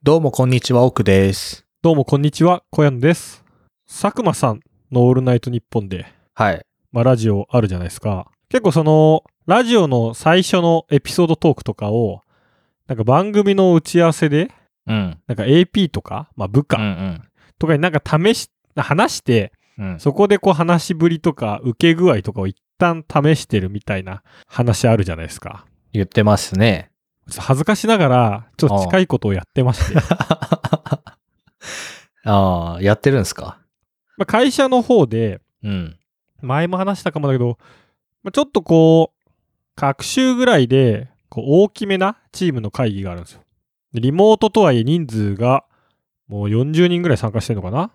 どうもこんにちは、奥です。どうもこんにちは、小屋です。佐久間さんのオールナイトニッポンで、はい。まあラジオあるじゃないですか。結構その、ラジオの最初のエピソードトークとかを、なんか番組の打ち合わせで、うん。なんか AP とか、まあ部うん下とかになんか試し、話して、うん。うん。そこでこう話しぶりとか受け具合とかを一旦試してるみたいな話あるじゃないですか。言ってますね。ちょっと恥ずかしながら、ちょっと近いことをやってまして。 ああ、やってるんすかまあ会社の方で、うん。前も話したかもだけど、まあ、ちょっとこう、各週ぐらいで、こう、大きめなチームの会議があるんですよ。でリモートとはいえ人数が、もう40人ぐらい参加してるのかな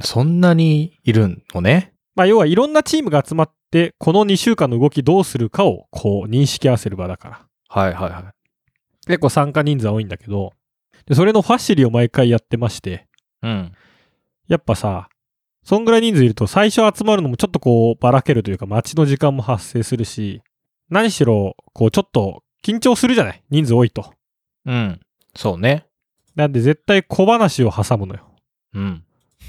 そんなにいるのね。まあ、要はいろんなチームが集まって、この2週間の動きどうするかを、こう、認識合わせる場だから。はいはいは結構参加人数は多いんだけど、でそれのファッシリを毎回やってまして、い。うん。やっぱさ、そんぐらい人数いると最初集まるのもちょっとこうばらけるというか待ちの時間も発生するし、何しろこうちょっと緊張するじゃない人数多いと。うん。そうね。なんで絶対小話を挟むのよ。うん。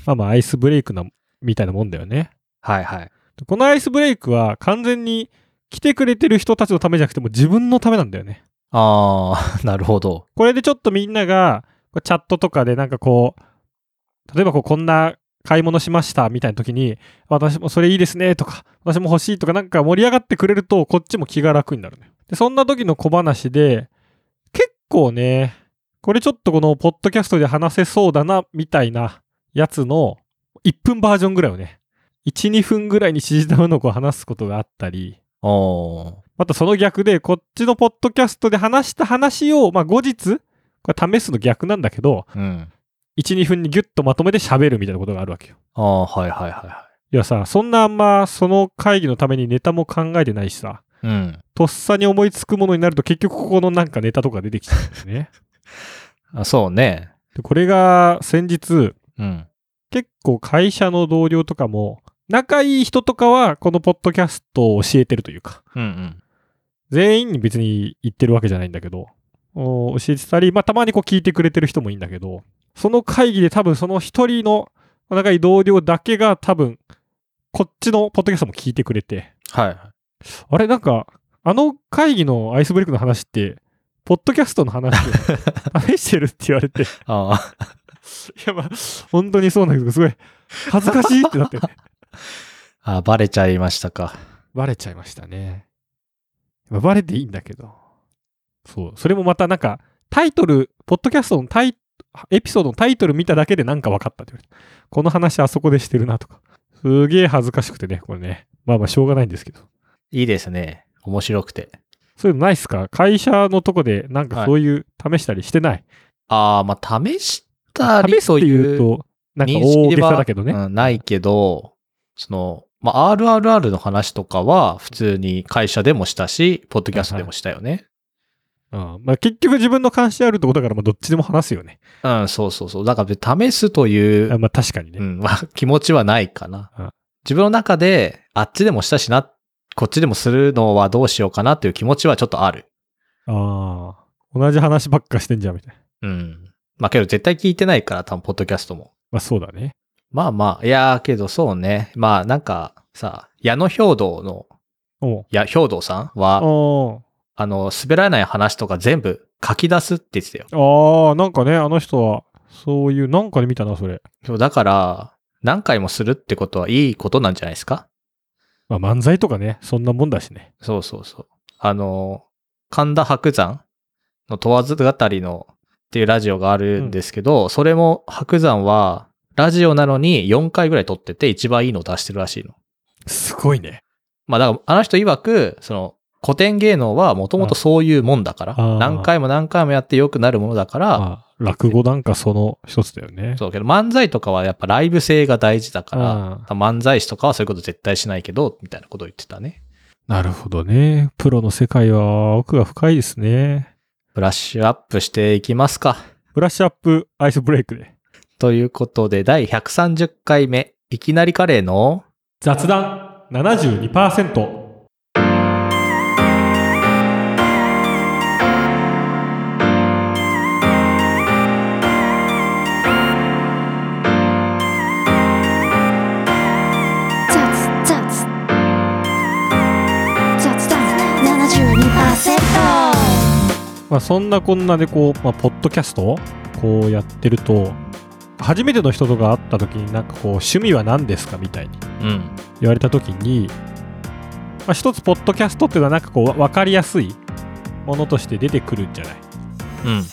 まあまあアイスブレイクな、みたいなもんだよね。はいはい。このアイスブレイクは完全に来てくれてる人たちのためじゃなくてもう自分のためなんだよね。ああ、 なるほど。これでちょっとみんながこうチャットとかでなんかこう例えばこうこんな買い物しましたみたいな時に私もそれいいですねとか私も欲しいとかなんか盛り上がってくれるとこっちも気が楽になるのよでそんな時の小話で結構ねこれちょっとこのポッドキャストで話せそうだなみたいなやつの1分バージョンぐらいをね12分ぐらいに縮じたものをこう話すことがあったりおー。またその逆で、こっちのポッドキャストで話した話を、まあ、後日、これ試すの逆なんだけど、うん。 1、2分にギュッとまとめて喋るみたいなことがあるわけよ。ああ、はいはいはいはいやさ、そんなあんま、その会議のためにネタも考えてないしさ、い。うん。とっさに思いつくものになると結局ここのなんかネタとか出てきちゃうんだよね。 あそうね。でこれが先日、うん。結構会社の同僚とかも、仲いい人とかはこのポッドキャストを教えてるというか、うんうん。全員に別に言ってるわけじゃないんだけど、お教えてたり、まあ、たまにこう聞いてくれてる人もいいんだけど、その会議で多分その一人の仲いい同僚だけが多分、こっちのポッドキャストも聞いてくれて、はい。あれなんか、あの会議のアイスブレイクの話って、ポッドキャストの話を試してるって言われて、いあやまあ、本当にそうなんだけど、すごい恥ずかしいってなって、 あ、あバレちゃいましたか。バレちゃいましたね。まあバレていいんだけど。そう。それもまたなんか、タイトル、ポッドキャストのタイ、エピソードのタイトル見ただけでなんか分かったって言われた。この話あそこでしてるなとか。すげえ恥ずかしくてね、これね。まあまあしょうがないんですけど。いいですね。面白くて。そういうのないっすか会社のとこでなんはかいそういう試したりしてない。ああ、まあ、試したり試すっていうと、なんか大げさだけどね。うん、ないけど、その、まあ、RRR の話とかは普通に会社でもしたし、ポッドキャストでもしたよね。うんまあ、結局自分の関心あるってことだから、まあどっちでも話すよね。うん、そうそうそう。だから試すといあう、まあ確かにね。うん、ま あ、気持ちはないかなうん。自分の中で、あっちでもしたしな、こっちでもするのはどうしようかなっていう気持ちはちょっとある。ああ。同じ話ばっかしてんじゃんみたいな。うん。まあ、けど絶対聞いてないから、多分ポッドキャストも。まあそうだね。まあまあ、いやーけどそうね。まあ、なんかさ、矢野兵道の、おういや、兵道さんは、ああの、滑らない話とか全部書き出すって言ってたよ。ああ、なんかね、あの人は、そういう、なんかで見たな、それ。そうだから、何回もするってことはいいことなんじゃないですかまあ、漫才とかね、そんなもんだしね。そうそうそう。あの、神田伯山の問わず語りのっていうラジオがあるんですけど、それも伯山は、ラジオなのに4回ぐらい撮ってて一番いいのを出してるらしいの。すごいね。まあだから、あの人曰く、その、古典芸能はもともとそういうもんだから、ああ何回も何回もやって良くなるものだから、まあ、落語なんかその一つだよね。そうだけど漫才とかはやっぱライブ性が大事だから、漫才師とかはそういうこと絶対しないけど、みたいなことを言ってたね。うんなるほどね。プロの世界は奥が深いですね。ブラッシュアップしていきますか。ブラッシュアップアイスブレイクで。ということで、第130回目、いきなりカレーの、雑談72%。 「まあ、そんなこんなでこう、まあ、ポッドキャストをこうやってると初めての人とか会った時になんかこう趣味は何ですかみたいにうん。言われた時に、まあ、一つポッドキャストっていうのはなんかこう分かりやすいものとして出てくるんじゃないうん。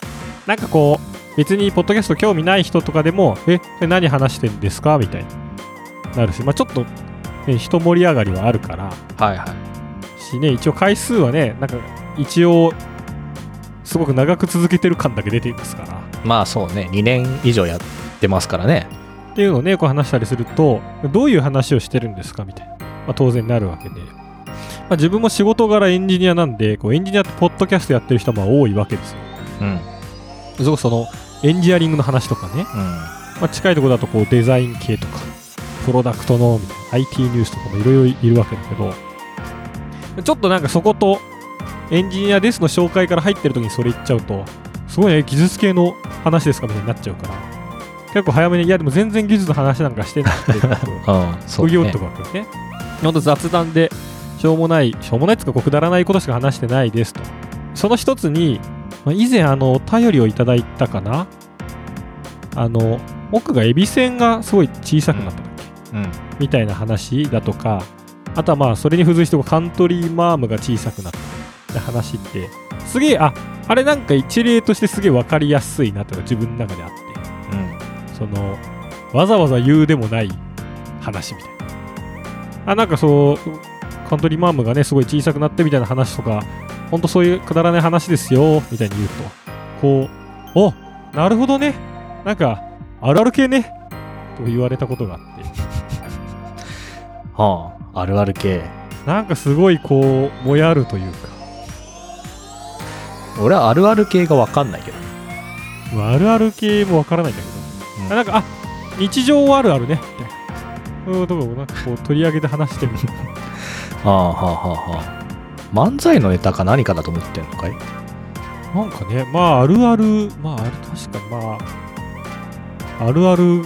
なんかこう別にポッドキャスト興味ない人とかでもえそれ何話してるんですかみたいになるし、まあ、ちょっと、ね、人盛り上がりはあるからはいはい。しね一応回数はねなんか一応すごく長く続けてる感だけ出ていますからまあそうね、2年以上やってますからね。っていうのをねこう話したりするとどういう話をしてるんですかみたいな、まあ、当然なるわけで、まあ、自分も仕事柄エンジニアなんでこうエンジニアってポッドキャストやってる人も多いわけですようん。うん。それこそそのエンジニアリングの話とかね、まあ、近いところだとこうデザイン系とかプロダクトのみたいな IT ニュースとかもいろいろいるわけだけどちょっとなんかそことエンジニアですの紹介から入ってる時にそれ言っちゃうとすごいね技術系の話ですかみたいになっちゃうから結構早めにいやでも全然技術の話なんかしてないっていうことをうん。そうだ副業ねとかですね。ほんと雑談で、しょうもない、しょうもないっつうか、こうくだらないことしか話してないですと。その一つに、まあ以前、あの、お便りをいただいたかなあの、奥がエビせんがすごい小さくなったんだっけ、うん。みたいな話だとか、あとはまあ、それに付随してこう、カントリーマームが小さくなったって話って、すげえ、あ、あれなんか一例としてすげえ分かりやすいなというのが自分の中であって。うん。そのわざわざ言うでもない話みたいな。あなんかそうカントリーマームがねすごい小さくなってみたいな話とかほんとそういうくだらない話ですよみたいに言うとこう「おなるほどねなんかあるある系ね」と言われたことがあってはあ、あるある系。なんかすごいこうもやるというか俺はあるある系がわかんないけど。あるある系もわからないんだけうどんあなんかあ日常あるあるねみたいなそういうとこをなんかこう取り上げて話してるはあはあはあはあ。漫才のネタか何かだと思ってんのかいなんかね、まああるある、まあある確かにまあ、あるある、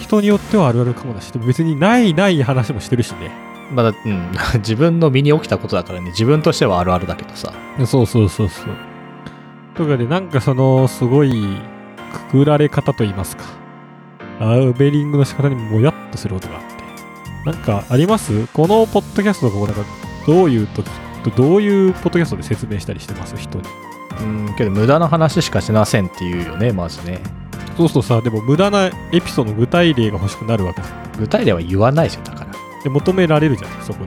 人によってはあるあるかもだし、でも別にないない話もしてるしね。まだ、うん、 自分の身に起きたことだからね、自分としてはあるあるだけどさ。そうそうそうそう。とかで、なんかその、すごい、くくられ方と言いますか、ラウベリングの仕方にもやっとすることがあって。なんかありますこのポッドキャストとか、なんかどういう時と、どういうポッドキャストで説明したりしてます人に。うん、けど無駄な話しかしませんっていうよね、まずね。そうするとさ、でも無駄なエピソードの具体例が欲しくなるわけ具体例は言わないですよ、だ から。で求められるじゃないそこ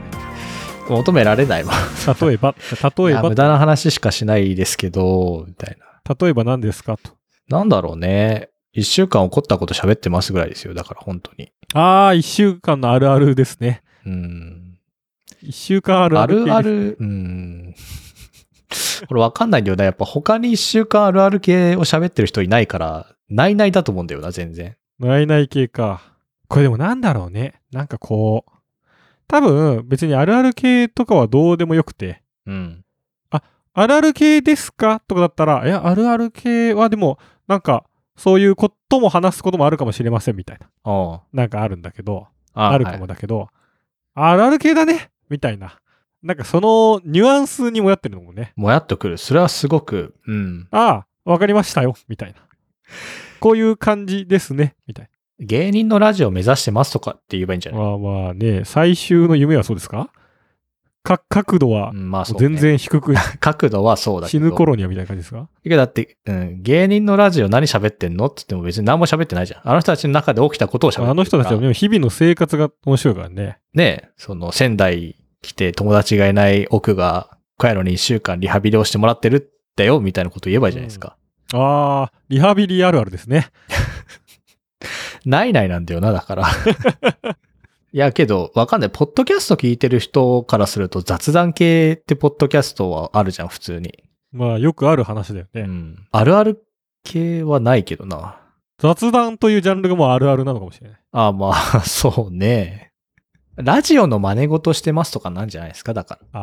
求められ ないわ。で例えば例えあば無駄な話しかしないですけど、みたいな。例えば何ですかとなんだろうね。一週間起こったこと喋ってますぐらいですよ、だから本当に。ああ1週間のあるあるですねうん。 1週間あるああるるある、うん。 これわかんないんだよな、やっぱ他に一週間あるある系を喋ってる人いないから、ないないだと思うんだよな、全然。ないない系かこれでもなんだろうねなんかこう多分別にあるある系とかはどうでもよくてうん。あるある系ですかとかだったらいやあるある系はでもなんかそういうことも話すこともあるかもしれませんみたいなあなんかあるんだけどああるかもだけど、あるある系だねみたいななんかそのニュアンスにもやってるのもねもやっとくる。それはすごく、うん。ああ、わかりましたよ、みたいな。こういう感じですね、みたい芸人のラジオを目指してますとかって言えばいいんじゃな。ないまあまあね、最終の夢はそうですかか角度はうもん、まあそうう、ね。全。然低く、 角度はそうだけ死ど。ぬ頃にはみたいな感じですかいやだって、うん、芸人のラジオ何喋ってんのって言っても別に何も喋ってないじゃん。あの人たちの中で起きたことを喋ってるから。あの人たちはね。でも日々の生活が面白いからね。え、その仙台来て友達がいない奥が、小屋のに1週間リハビリをしてもらってるってよ、みたいなこと言えばいいじゃないですか。ああ、リハビリあるあるですね。ないないなんだよな、だから。 いや、けど、わかんない。ポッドキャスト聞いてる人からすると雑談系ってポッドキャストはあるじゃん、普通に。まあよくある話だよね。うん。あるある系はないけどな。雑談というジャンルがもうあるあるなのかもしれない。ああ、まあ、 そうね。ラジオの真似事してますとかなんじゃないですか、だかああ、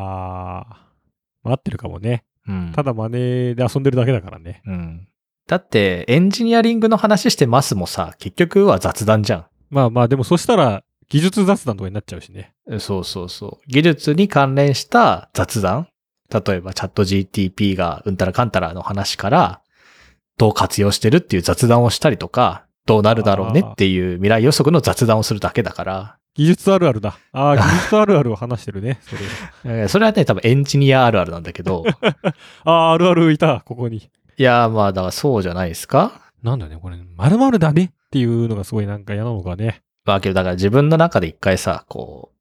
まあ合ってるかもね。ら。うん。ただ真似で遊んでるだけだからね。うん。だって、エンジニアリングの話してますもさ、結局は雑談じゃまあまあでもそしたら技術雑談とかになっちゃうしね。ん。そうそうそう。技術に関連した雑談例えばチャット GTP がうんたらかんたらの話から、どう活用してるっていう雑談をしたりとか、どうなるだろうねっていう未来予測の雑談をするだけだから、技術あるあるだ。ああ、 技術あるあるを話してるね。それえーそれはね、多分エンジニアあるあるなんだけ ど、ああー、あるあるいた、ここに。いやー、まあ、だからそうじゃないですかなんだね、これ、まるまるだねっていうのがすごいなんか嫌なのがね。まあけど、だから自分の中で一回さ、こう、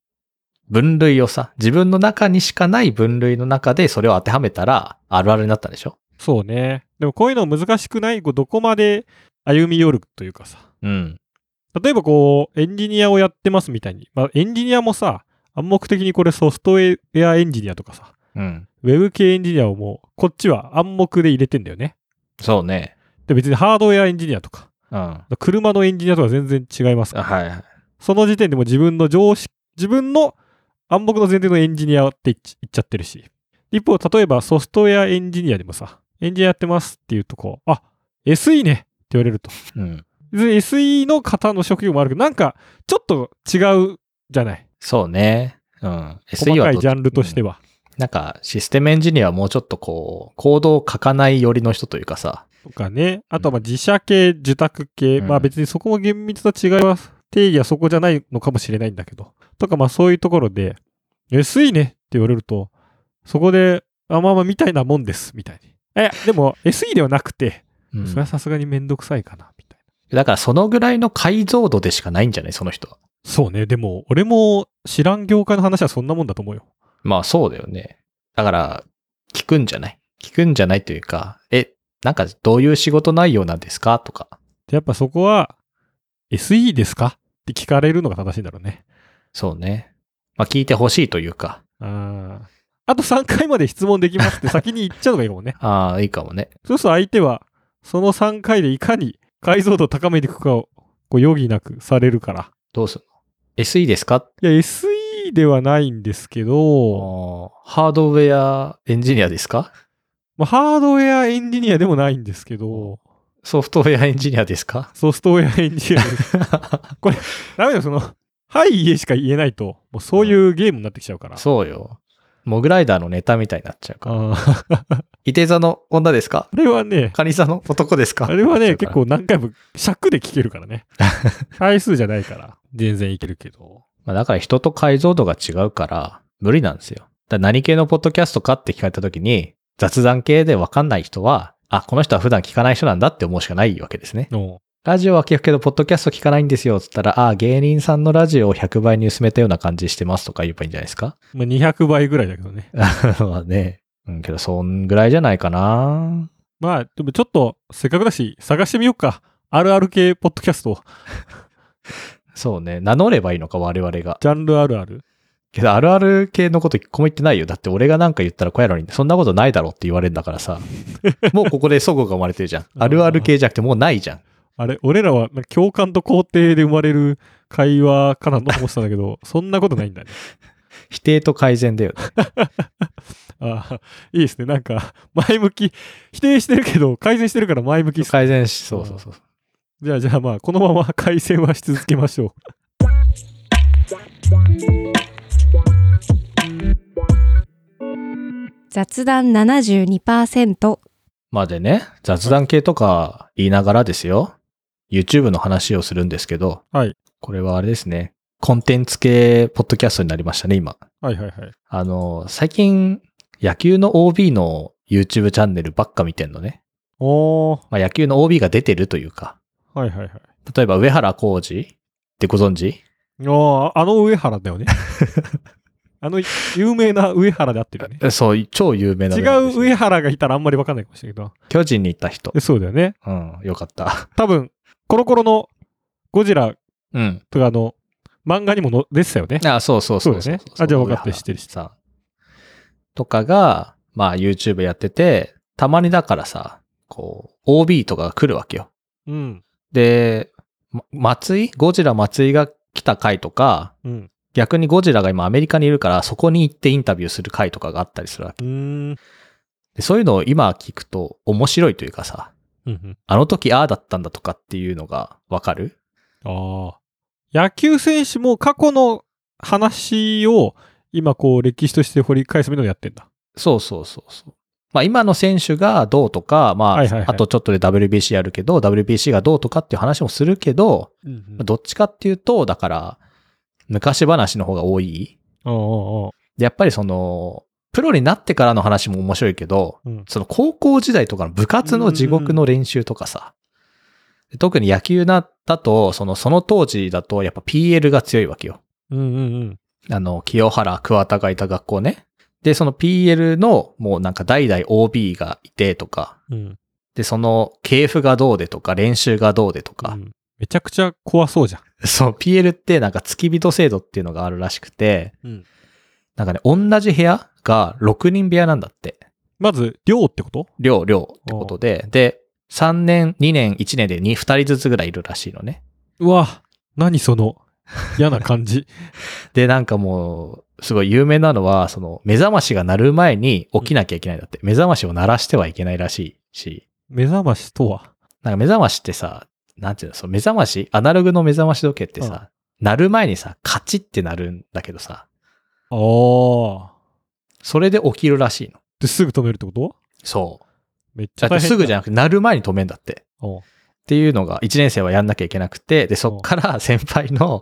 分類をさ、自分の中にしかない分類の中でそれを当てはめたら、あるあるになったでしょそうね。でもこういうの難しくないこうどこまで歩み寄るというかさ。うん。例えばこう、エンジニアをやってますみたいに。まあ、エンジニアもさ、暗黙的にこれソフトウェアエンジニアとかさ、うん。ウェブ系エンジニアをもう、こっちは暗黙で入れてんだよね。そうね。で、別にハードウェアエンジニアとか、うん。は車のエンジニアとか全然違いますいから。はい。その時点でもう自分の常識、自分の暗黙の前提のエンジニアって言っち言っちゃってるし。一方、例えばソフトウェアエンジニアでもさ、エンジニアやってますっていうとこう、あ、SE ねって言われると。うん。別に SE の方の職業もあるけど、なんかちょっと違うじゃない。そうね。うん。細 SE かはいどジャンルとしてうんは。なんか、システムエンジニアはもうちょっとこう、コードを書かない寄りの人というかさ。とかね。あとはまあ自社系、受託系。うんまあ別にそこも厳密な違いは、定義はそこじゃないのかもしれないんだけど。とかまあそういうところで、SE ねって言われると、そこで、あまあまあみたいなもんです、みたいに。え、でも SE ではなくて、うんそれはさすがにめんどくさいかな、みたいな。だからそのぐらいの解像度でしかないんじゃないその人は。そうね。でも、俺も知らん業界の話はそんなもんだと思うよ。まあそうだよね。だから、聞くんじゃない聞くんじゃないというか、え、なんかどういう仕事内容なんですかとか。で、やっぱそこは、SE ですかって聞かれるのが正しいんだろうね。そうね。まあ聞いてほしいというか、あーあと3回まで質問できますって先に言っちゃうのがいいかもね。ああ、いいかもね。そうすると相手は、その3回でいかに解像度を高めていくかを、こう、余儀なくされるから。どうするの ?SE ですかいや、SE ではないんですけど、おーハードウェアエンジニアですかまあ、ハードウェアエンジニアでもないんですけど、ソフトウェアエンジニアですかソフトウェアエンジニアです。 ダメだよ、その、はい、いいえしか言えないと、もうそういうゲームになってきちゃうから。そうよ。モグライダーのネタみたいになっちゃうから。あーいて座の女ですかあれはね、カニ座の男ですかあれはなね、っちゃうから結構何回も尺で聞けるから ね。回数じゃないから、全然いけるけど。まあ、だから人と解像度が違うから、無理なんですよ。だから何系のポッドキャストかって聞かれた時に、雑談系でわかんない人は、あ、この人は普段聞かない人なんだって思うしかないわけですね。のラジオは聞くけど、ポッドキャスト聞かないんですよ。つったら、ああ、芸人さんのラジオを100倍に薄めたような感じしてますとか言えばいいんじゃないですか まあ、200倍ぐらいだけどね。まあね。うん、けど、そんぐらいじゃないかな。まあ、でもちょっと、せっかくだし、探してみようか。あるある系ポッドキャスト、そうね。名乗ればいいのか、我々が。ジャンルあるある。けど、あるある系のこと一個も言ってないよ。だって、俺がなんか言ったら、こうやのに、そんなことないだろうって言われるんだから さ。もうここで齟齬が生まれてるじゃん。あるある系じゃなくて、もうないじゃん。あれ、俺らは、共感と肯定で生まれる会話かなと思ってたんだけど、 そんなことないんだね。否定と改善だよね。ああ、いいですね。なんか、前向き。否定してるけど、改善してるから前向きっす。改善し、そうそうそう。じゃあ、じゃあまあ、このまま改善はし続けましょ雑談72%までね、雑談系とか言いながらですよ。YouTube の話をするんですけど。はいこれはあれですね。コンテンツ系ポッドキャストになりましたね、今。う。はいはいはい。あの、最近、野球の OB の YouTube チャンネルばっか見てんのね。おー、まあ野球の OB が出てるというか。はいはいはい。例えば、上原浩二ってご存知ああ、あの上原だよね。 あの有名な上原であってるよ ね。えそう、超有名な違原ですうよ上原がいたらあんまりわかんないかもしれないけど巨人に行った人え。。そうだよね。うん、よかった。多分、コロコロのゴジラうん。とかの漫画にもの出てたよね。あそうそうそうそうだよねあじゃあ分かって知ってる知ってさん。とかが、まあ YouTube やってて、たまにだからさ、こう、OB とかが来るわけよ。うん。で、ま松井ゴジラ松井が来た回とか、うん。逆にゴジラが今アメリカにいるから、そこに行ってインタビューする回とかがあったりするわけ。うーん。でそういうのを今聞くと面白いというかさ、うん。あの時ああだったんだとかっていうのがわかるああ。野球選手も過去の話を今こう歴史として掘り返すみたいなのやってんだ。そうそうそうそう。まあ今の選手がどうとか、まあ、はいはいはいあとちょっとで WBC やるけど、WBC がどうとかっていう話もするけど、うんうんどっちかっていうと、だから、昔話の方が多い。おうおうおうでやっぱりその、プロになってからの話も面白いけど、うんその高校時代とかの部活の地獄の練習とかさ、特に野球な、だと、その、その当時だとやっぱ PL が強いわけよ。うんうんうんあの、清原、桑田がいた学校ね。で、その PL のもうなんか代々 OB がいてとか、うんで、その系譜がどうでとか、練習がどうでとか、うんめちゃくちゃ怖そうじゃん。そう、PL ってなんか付き人制度っていうのがあるらしくて、うんなんかね、同じ部屋が6人部屋なんだって。まず、量ってこと寮、寮ってことで、で、3年、2年、1年で 2, 2人ずつぐらいいるらしいのね。うわ、何その嫌な感じ。 で、なんかもう、すごい有名なのは、その、目覚ましが鳴る前に起きなきゃいけないんだって。目覚ましを鳴らしてはいけないらしいし、目覚ましとは。なんか目覚ましってさ、なんていうの、その目覚まし、アナログの目覚まし時計ってさ、鳴る前にさ、カチッって鳴るんだけどさ、ああ。それで起きるらしいの。ですぐ止めるってことそう。めっちゃだって大変すぐじゃゃん。なくて、なる前に止めんだって。おうっていうのが、1年生はやんなきゃいけなくて、で、そっから先輩の、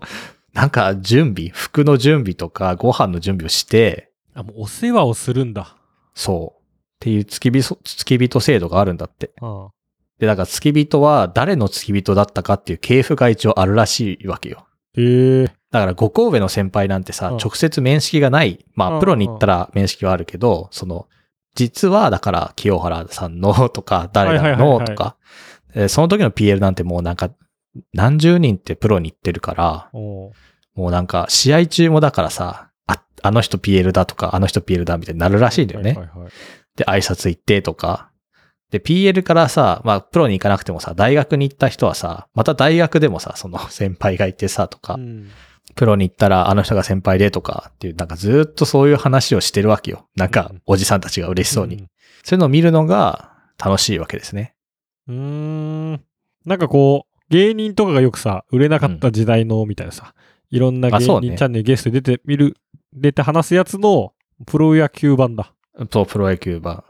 なんか準備、服の準備とか、ご飯の準備をして、あ、もうお世話をするんだ。そう。っていう付き人、付き人制度があるんだって。うん。で、だから付き人は誰の付き人だったかっていう系譜が一応あるらしいわけよ。へえ。だから五神戸の先輩なんてさ、うん直接面識がない。まうあ、んプロに行ったら面識はあるけど、その、実はだから清原さんの とか、誰はい々はいはのいはいとか、えーその時の PL なんてもうなんか、何十人ってプロに行ってるから、おうもうなんか試合中もだからさ、あ、あの人 PL だとか、あの人 PL だみたいになるらしいんだよね。はいはいはいで、挨拶行ってとか。で、PL からさ、まあ、プロに行かなくてもさ、大学に行った人はさ、また大学でもさ、その先輩がいてさ、とか、うんプロに行ったらあの人が先輩でとかっていう、なんかずーっとそういう話をしてるわけよ。なんかうん、おじさんたちが嬉しそうに。んそういうのを見るのが楽しいわけですね。うーん。なんかこう、芸人とかがよくさ、売れなかった時代の、みたいなさ、いろんな芸あそう人ねチャンネルゲストで出てみる、出て話すやつの、プロ野球版だ。そう、プロ野球版。だか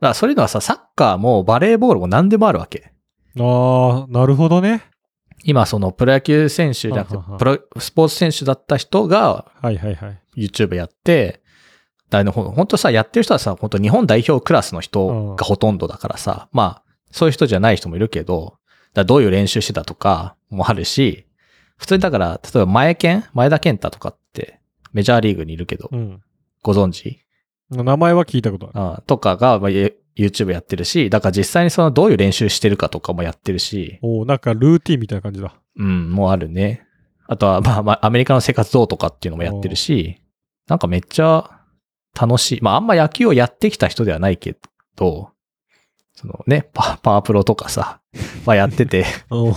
ら、そういうのはさ、サッカーもバレーボールも何でもあるわけ。ああ、なるほどね。今、そのプロ野球選手じゃなくてはは、はプロ、スポーツ選手だった人が、はいはいはい。 YouTube やって、だのほんとさ、やってる人はさ、本当日本代表クラスの人がほとんどだからさ、まあ、そういう人じゃない人もいるけど、だからどういう練習してたとかもあるし、普通にだから、例えば前健前田健太とかって、メジャーリーグにいるけど、うん。ご存知、名前は聞いたことある。うん、とかが、まあ、え YouTube やってるし、だから実際にそのどういう練習してるかとかもやってるし、おおなんかルーティンみたいな感じだ。うん、もうあるね。あとは、まあ、まあ、アメリカの生活どうとかっていうのもやってるし、なんかめっちゃ楽しい。まあ、あんま野球をやってきた人ではないけど、そのね、パパワープロとかさ、まあやって て、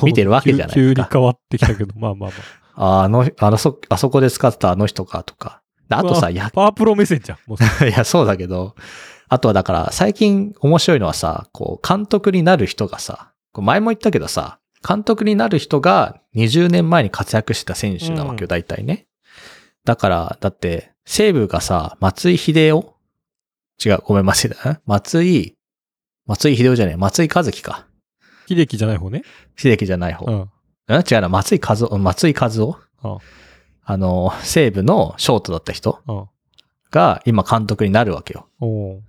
見てるわけじゃないで急す急にか変わってきたけど、まあまあまあ。ああの、あのそ、あそこで使ってたあの人かとか。であとさ、うや、 パワープロ目線じゃん。も うそれいや、そうだけど、あとはだから、最近面白いのはさ、こう、監督になる人がさ、こう前も言ったけどさ、監督になる人が20年前に活躍した選手なわけうよ、大体ね。だから、だって、西武がさ、松井秀夫違う、ごめん、間違えた。松井、松井秀夫じゃねえ、松井和樹か。秀樹じゃない方ね。秀樹じゃない方。ううん、ん。違うな、松井和夫、松井和夫うんあの、西武のショートだった人うん。が今監督になるわけよ。おー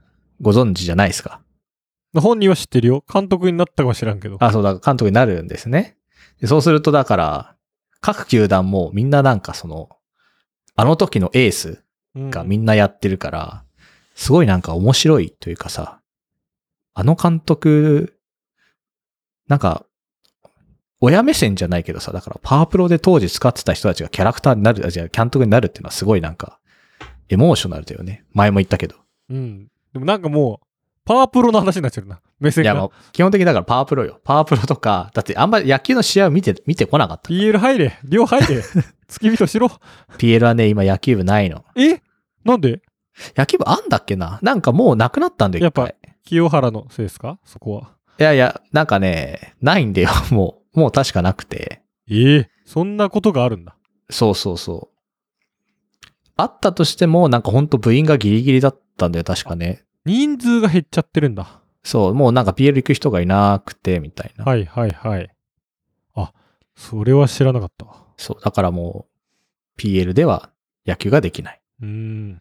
ご存知じゃないですか。本人は知ってるよ。監督になったかは知らんけど。あ、そうだ、監督になるんですね。でそうすると、だから、各球団もみんななんかその、あの時のエースうんがみんなやってるから、すごいなんか面白いというかさ、あの監督、なんか、親目線じゃないけどさ、だからパワープロで当時使ってた人たちがキャラクターになる、あ、じゃ監督になるっていうのはすごいなんか、エモーショナルだよね。前も言ったけど。うん。でもなんかもう、パワープロの話になっちゃうな。目線いやがも。う、基本的にだからパワープロよ。パワープロとか、だってあんまり野球の試合を見て、見てこなかったから PL 入れ。両入 れ。付き人しろ。 PL はね、今野球部ないの。えなんで野球部あんだっけななんかもうなくなったんだよ、やっぱ一回清原のせいですかそこは。いやいや、なんかね、ないんだよ、 もう。もう確かなくて。ええそんなことがあるんだ。そうそうそう。あったとしても、なんかほんと部員がギリギリだっったんだよ、確かね。人数が減っちゃってるんだ。そう、もうなんか PL 行く人がいなくて、みたいな。はいはいはい。あ、それは知らなかった。そう、だからもう、PL では野球ができない。うーん。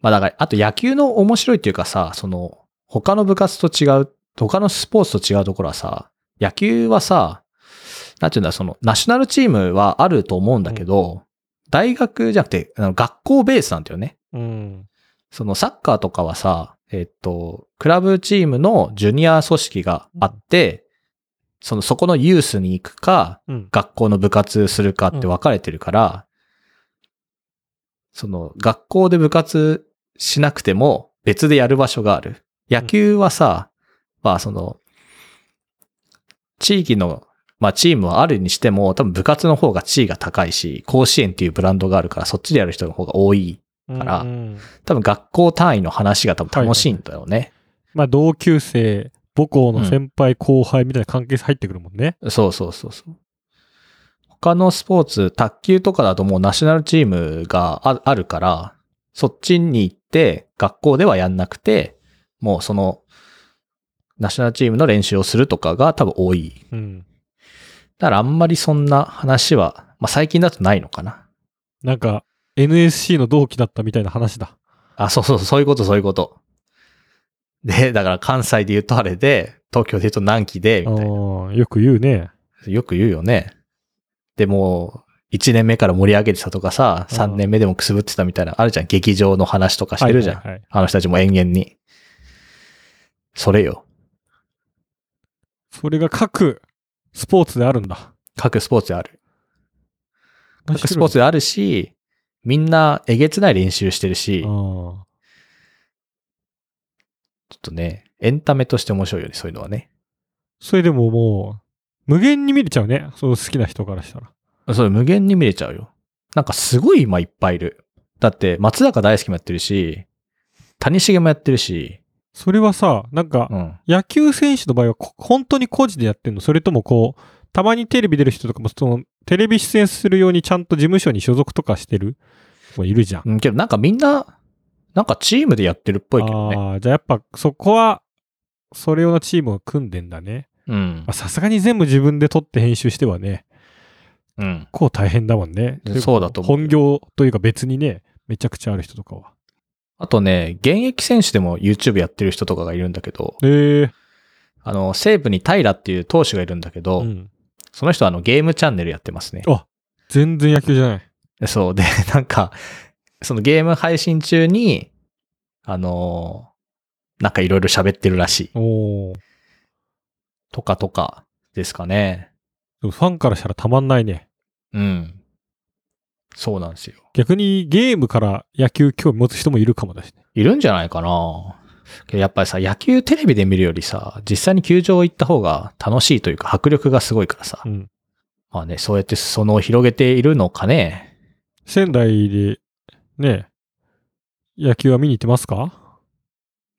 まあだから、あと野球の面白いっていうかさ、その、他の部活と違う、他のスポーツと違うところはさ、野球はさ、なんていうんだ、その、ナショナルチームはあると思うんだけど、大学じゃなくて、あの学校ベースなんだよね。うん。そのサッカーとかはさ、えっと、クラブチームのジュニア組織があって、その、そこのユースに行くか、うん。学校の部活するかって分かれてるから、その学校で部活しなくても別でやる場所がある。野球はさ、まあその、地域の、まあチームはあるにしても、多分部活の方が地位が高いし、甲子園っていうブランドがあるから、そっちでやる人の方が多い。からうんうん多分学校単位の話が多分楽しいんだよね。まあ、同級生、母校の先輩、後輩みたいな関係性入ってくるもんね。そうそうそうそう。他のスポーツ、卓球とかだともうナショナルチームがああるから、そっちに行って、学校ではやんなくて、もうその、ナショナルチームの練習をするとかが多分多い。うん。だからあんまりそんな話は、まあ最近だとないのかな。なんか、NSC の同期だったみたいな話だ。あ、そうそう、そういうこと、そういうこと。で、だから関西で言うとあれで、東京で言うと南紀で、みたいな。うんよく言うね。よく言うよね。でも、1年目から盛り上げてたとかさ、うん3年目でもくすぶってたみたいな、あるじゃん。劇場の話とかしてるじゃん。はいはいはいあの人たちも延々に。それよ。それが各スポーツであるんだ。各スポーツである。各スポーツであるし、みんなえげつない練習してるし、ち面白ょいうんっとね、エンタメとして面白いよね、そういうのはね。それでももう、無限に見れちゃうね。そう好きな人からしたら。それ無限に見れちゃうよ。なんかすごい今いっぱいいる。だって、松坂大輔もやってるし、谷繁もやってるし、それはさ、なんかう、ん。野球選手の場合はこ本当に個人でやってんのそれともこう、たまにテレビ出る人とかも、その、テレビ出演するようにちゃんと事務所に所属とかしてる人もいるじゃん。うん、けどなんかみんな、なんかチームでやってるっぽいけどね。ああ、じゃあやっぱそこは、それ用のチームを組んでんだね。うんまあ。さすがに全部自分で撮って編集してはね、うん。こう大変だもんね。でそうだと思うよ本業というか別にね、めちゃくちゃある人とかは。あとね、現役選手でも YouTube やってる人とかがいるんだけど、へえ。あの、西武に平っていう投手がいるんだけど、うん。その人はあのゲームチャンネルやってますね。あ全然野球じゃない。そう。で、 なんか、そのゲーム配信中に、あのーなんかいろいろ喋ってるらしい。おお。とかとかですかね。でもファンからしたらたまんないね。うん。そうなんですよ。逆にゲームから野球興味持つ人もいるかもだしね。いるんじゃないかな。けどやっぱりさ、野球テレビで見るよりさ、実際に球場行った方が楽しいというか、迫力がすごいからさ。うん。まあね、そうやって裾野を広げているのかね。仙台で、ね、野球は見に行ってますか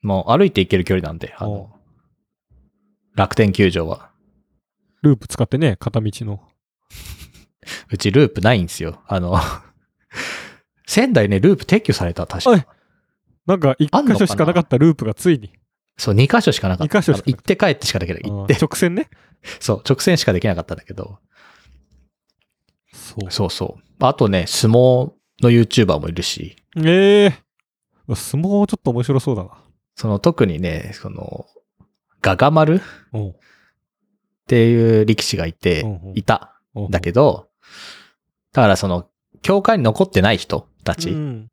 もう歩いて行ける距離なんで、あおうの、楽天球場は。ループ使ってね、片道の。うちループないんですよ。あの、 仙台ね、ループ撤去された、確おかい。なんか、一あんのか箇な所しかなかったループがついに、そう、2箇所しかなかった。二箇所しかなかったあの行って帰ってしかできない。行あって、ー直線ね。そう、直線しかできなかったんだけど。そう。そうそう。あとね、相撲の YouTuber もいるし、ええ相撲ちょっと面白そうだな。その特にね、その、ガガ丸っおうていう力士がいて、うんうんいた。おうだけど、だからその、教会に残ってない人たうちん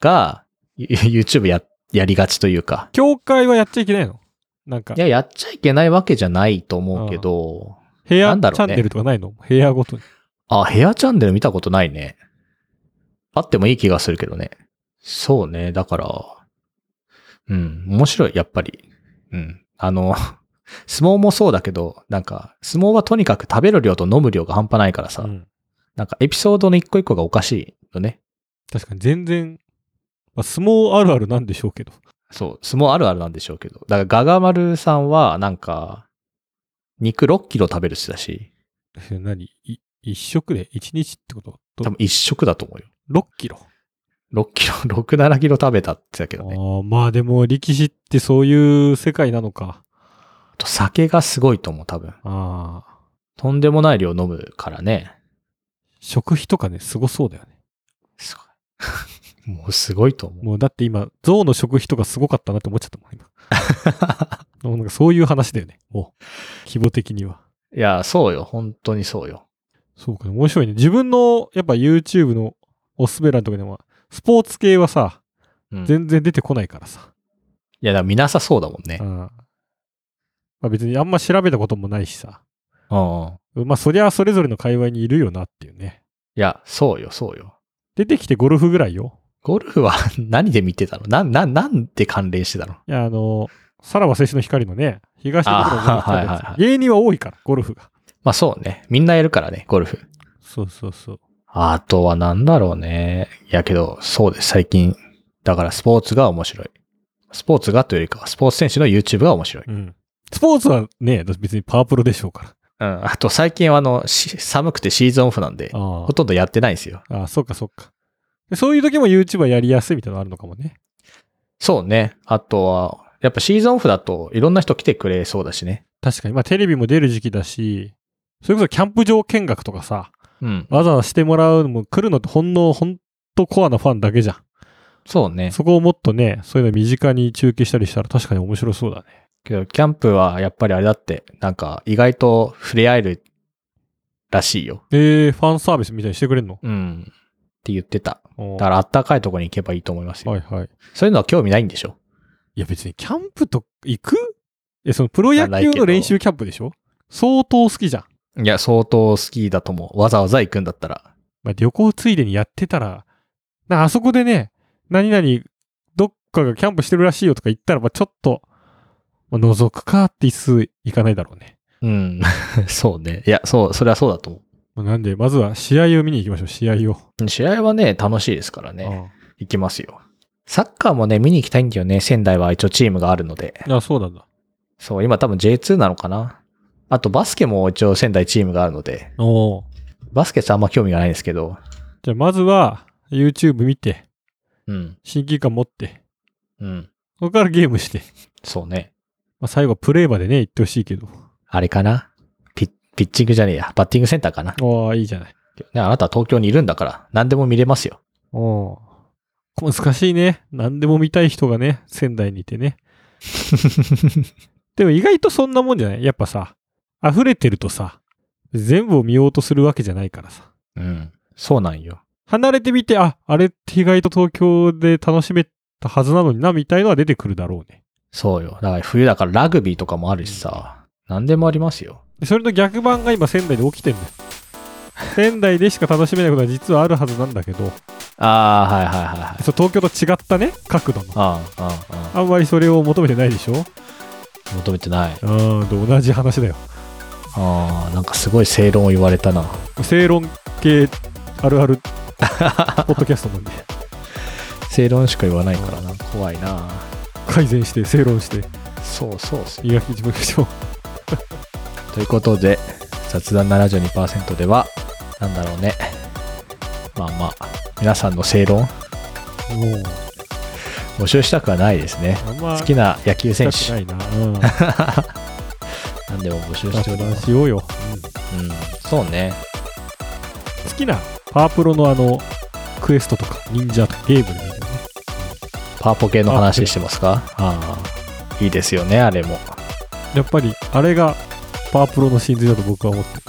が、ゆ YouTube や、やりがちというか、教会はやっちゃいけないのなんかい、や、やっちゃいけないわけじゃないと思うけど、部屋なんチだろうャねンネルとかないの部屋ごとに。あ、ヘアチャンネル見たことないね。あってもいい気がするけどね。そうね、だから、うん、面白い、やっぱり。うん。あの、 相撲もそうだけど、なんか、相撲はとにかく食べる量と飲む量が半端ないからさ、うんなんかエピソードの一個一個がおかしいよね。確かに全然、まあ、相撲あるあるなんでしょうけど。 そう、相撲あるあるなんでしょうけど。だから、ガガマルさんは、なんか、肉6キロ食べる人だし、え何い一食で一日ってことと多分一食だと思うよ。 6キロ6キロ、6、7キロ食べたって言ってたけどね。ああまあでも力士ってそういう世界なのか。あと酒がすごいと思う、多分。ああ。とんでもない量飲むからね。食費とかね、すごそうだよね。すごい。 もうすごいと思う。もうだって今、象の食費とかすごかったなって思っちゃったもん、今。 もうなんかそういう話だよね。もう、規模的には。いや、そうよ。本当にそうよ。そうかね、面白いね。自分の、やっぱ YouTube のおすすめ欄とかでも、スポーツ系はさ、うん、い全然出てこないからさ。や、だから見なさそうだもんねうん。。まあ別にあんま調べたこともないしさ。うんうん。まあそりゃそれぞれの界隈にいるよなっていうね。いや、そうよ、そうよ。出てきてゴルフぐらいよ。ゴルフは 何で見てたのなん、なん、なんで関連してたのいや、あの、さらば青春の光のね、東袋のあーはいはいはい芸人は多いから、ゴルフが。まあそうね。みんなやるからね、ゴルフ。そうそうそう。あとはなんだろうね。いやけど、そうです、最近。だからスポーツが面白い。スポーツがというよりかは、スポーツ選手の YouTube が面白い。うん。スポーツはね、別にパワープロでしょうから。うん。あと最近はあの、し寒くてシーズンオフなんで、あほとんどやってないんですよ。あ、そうかそうか。でそういう時も YouTube はやりやすいみたいなのあるのかもね。そうね。あとは、やっぱシーズンオフだといろんな人来てくれそうだしね。確かに。まあテレビも出る時期だし、それこそキャンプ場見学とかさ、うん。わざわざしてもらうのも来るのってほんの、ほんとコアなファンだけじゃん。そうね。そこをもっとね、そういうの身近に中継したりしたら確かに面白そうだね。けど、キャンプはやっぱりあれだって、なんか意外と触れ合えるらしいよ。えー、ファンサービスみたいにしてくれんのうん。って言ってた。おーだからあったかいとこに行けばいいと思いますよ。はいはい。そういうのは興味ないんでしょいや別にキャンプと行くいやそのプロ野ない球けどの練習キャンプでしょ相当好きじゃん。いや、相当好きだと思う。わざわざ行くんだったら。まあ、旅行ついでにやってたら、なあそこでね、何々、どっかがキャンプしてるらしいよとか言ったら、まあ、ちょっと、まあ、覗くかって一数いかないだろうね。うん。 そうね。いや、そう、それはそうだと思まあなんで、まずは試合を見に行きましょう、試合を。う。試合はね、楽しいですからね。あ行きますよ。サッカーもね、見に行きたいんだよね。仙台は一応チームがあるので。ああ、そうなんだ。そう、今多分 J2 なのかな。あとバスケも一応仙台チームがあるので、おーバスケさあんま興味がないんですけど、じゃあ、まずは、YouTube 見て、うん、親近感持って、うん、そこからゲームして、そうね。まあ、最後はプレイまでね、行ってほしいけど。あれかなピッピッチングじゃねえや、バッティングセンターかな。ね、おーいいじゃない。あなたは東京にいるんだから、何でも見れますよ。おー難しいね。何でも見たい人がね、仙台にいてね。でも意外とそんなもんじゃないやっぱさ、溢れてるとさ、全部を見ようとするわけじゃないからさ。うん、そうなんよ。離れてみて、あ、あれって意外と東京で楽しめたはずなのにな、みたいのは出てくるだろうね。そうよ。だから冬だからラグビーとかもあるしさ、何でもありますよ。でそれの逆版が今仙台で起きてんだよ。仙台でしか楽しめないことは実はあるはずなんだけど、ああ、はいはいはいはい。そう東京と違ったね、角度の。ああ、ああ、ああんまりそれを求めてないでしょあ求めてない。うん、と同じ話だよ。ああ、なんかすごい正論を言われたな。正論系あるある、ポッドキャストなんで、正論しか言わないからな、怖いな。改善して、正論して、そうそうそう。磨き自分でしょう。ということで、雑談72%では、なんだろうね。まあまあ、皆さんの正論、もう募集したくはないですね。あんま好きな野球選した手、くないな。うん。何でも募集しておりま雑す。しようよ。うん、そうね。好きなパワープロのあの、クエストとか、忍者とかゲームでもいいよね。パワポ系の話してますかああ、いいですよね、あれも。やっぱり、あれがパワープロの真髄だと僕は思ってる。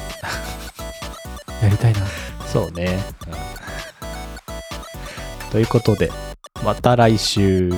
やりたいな。そうね。うんということで、また来週。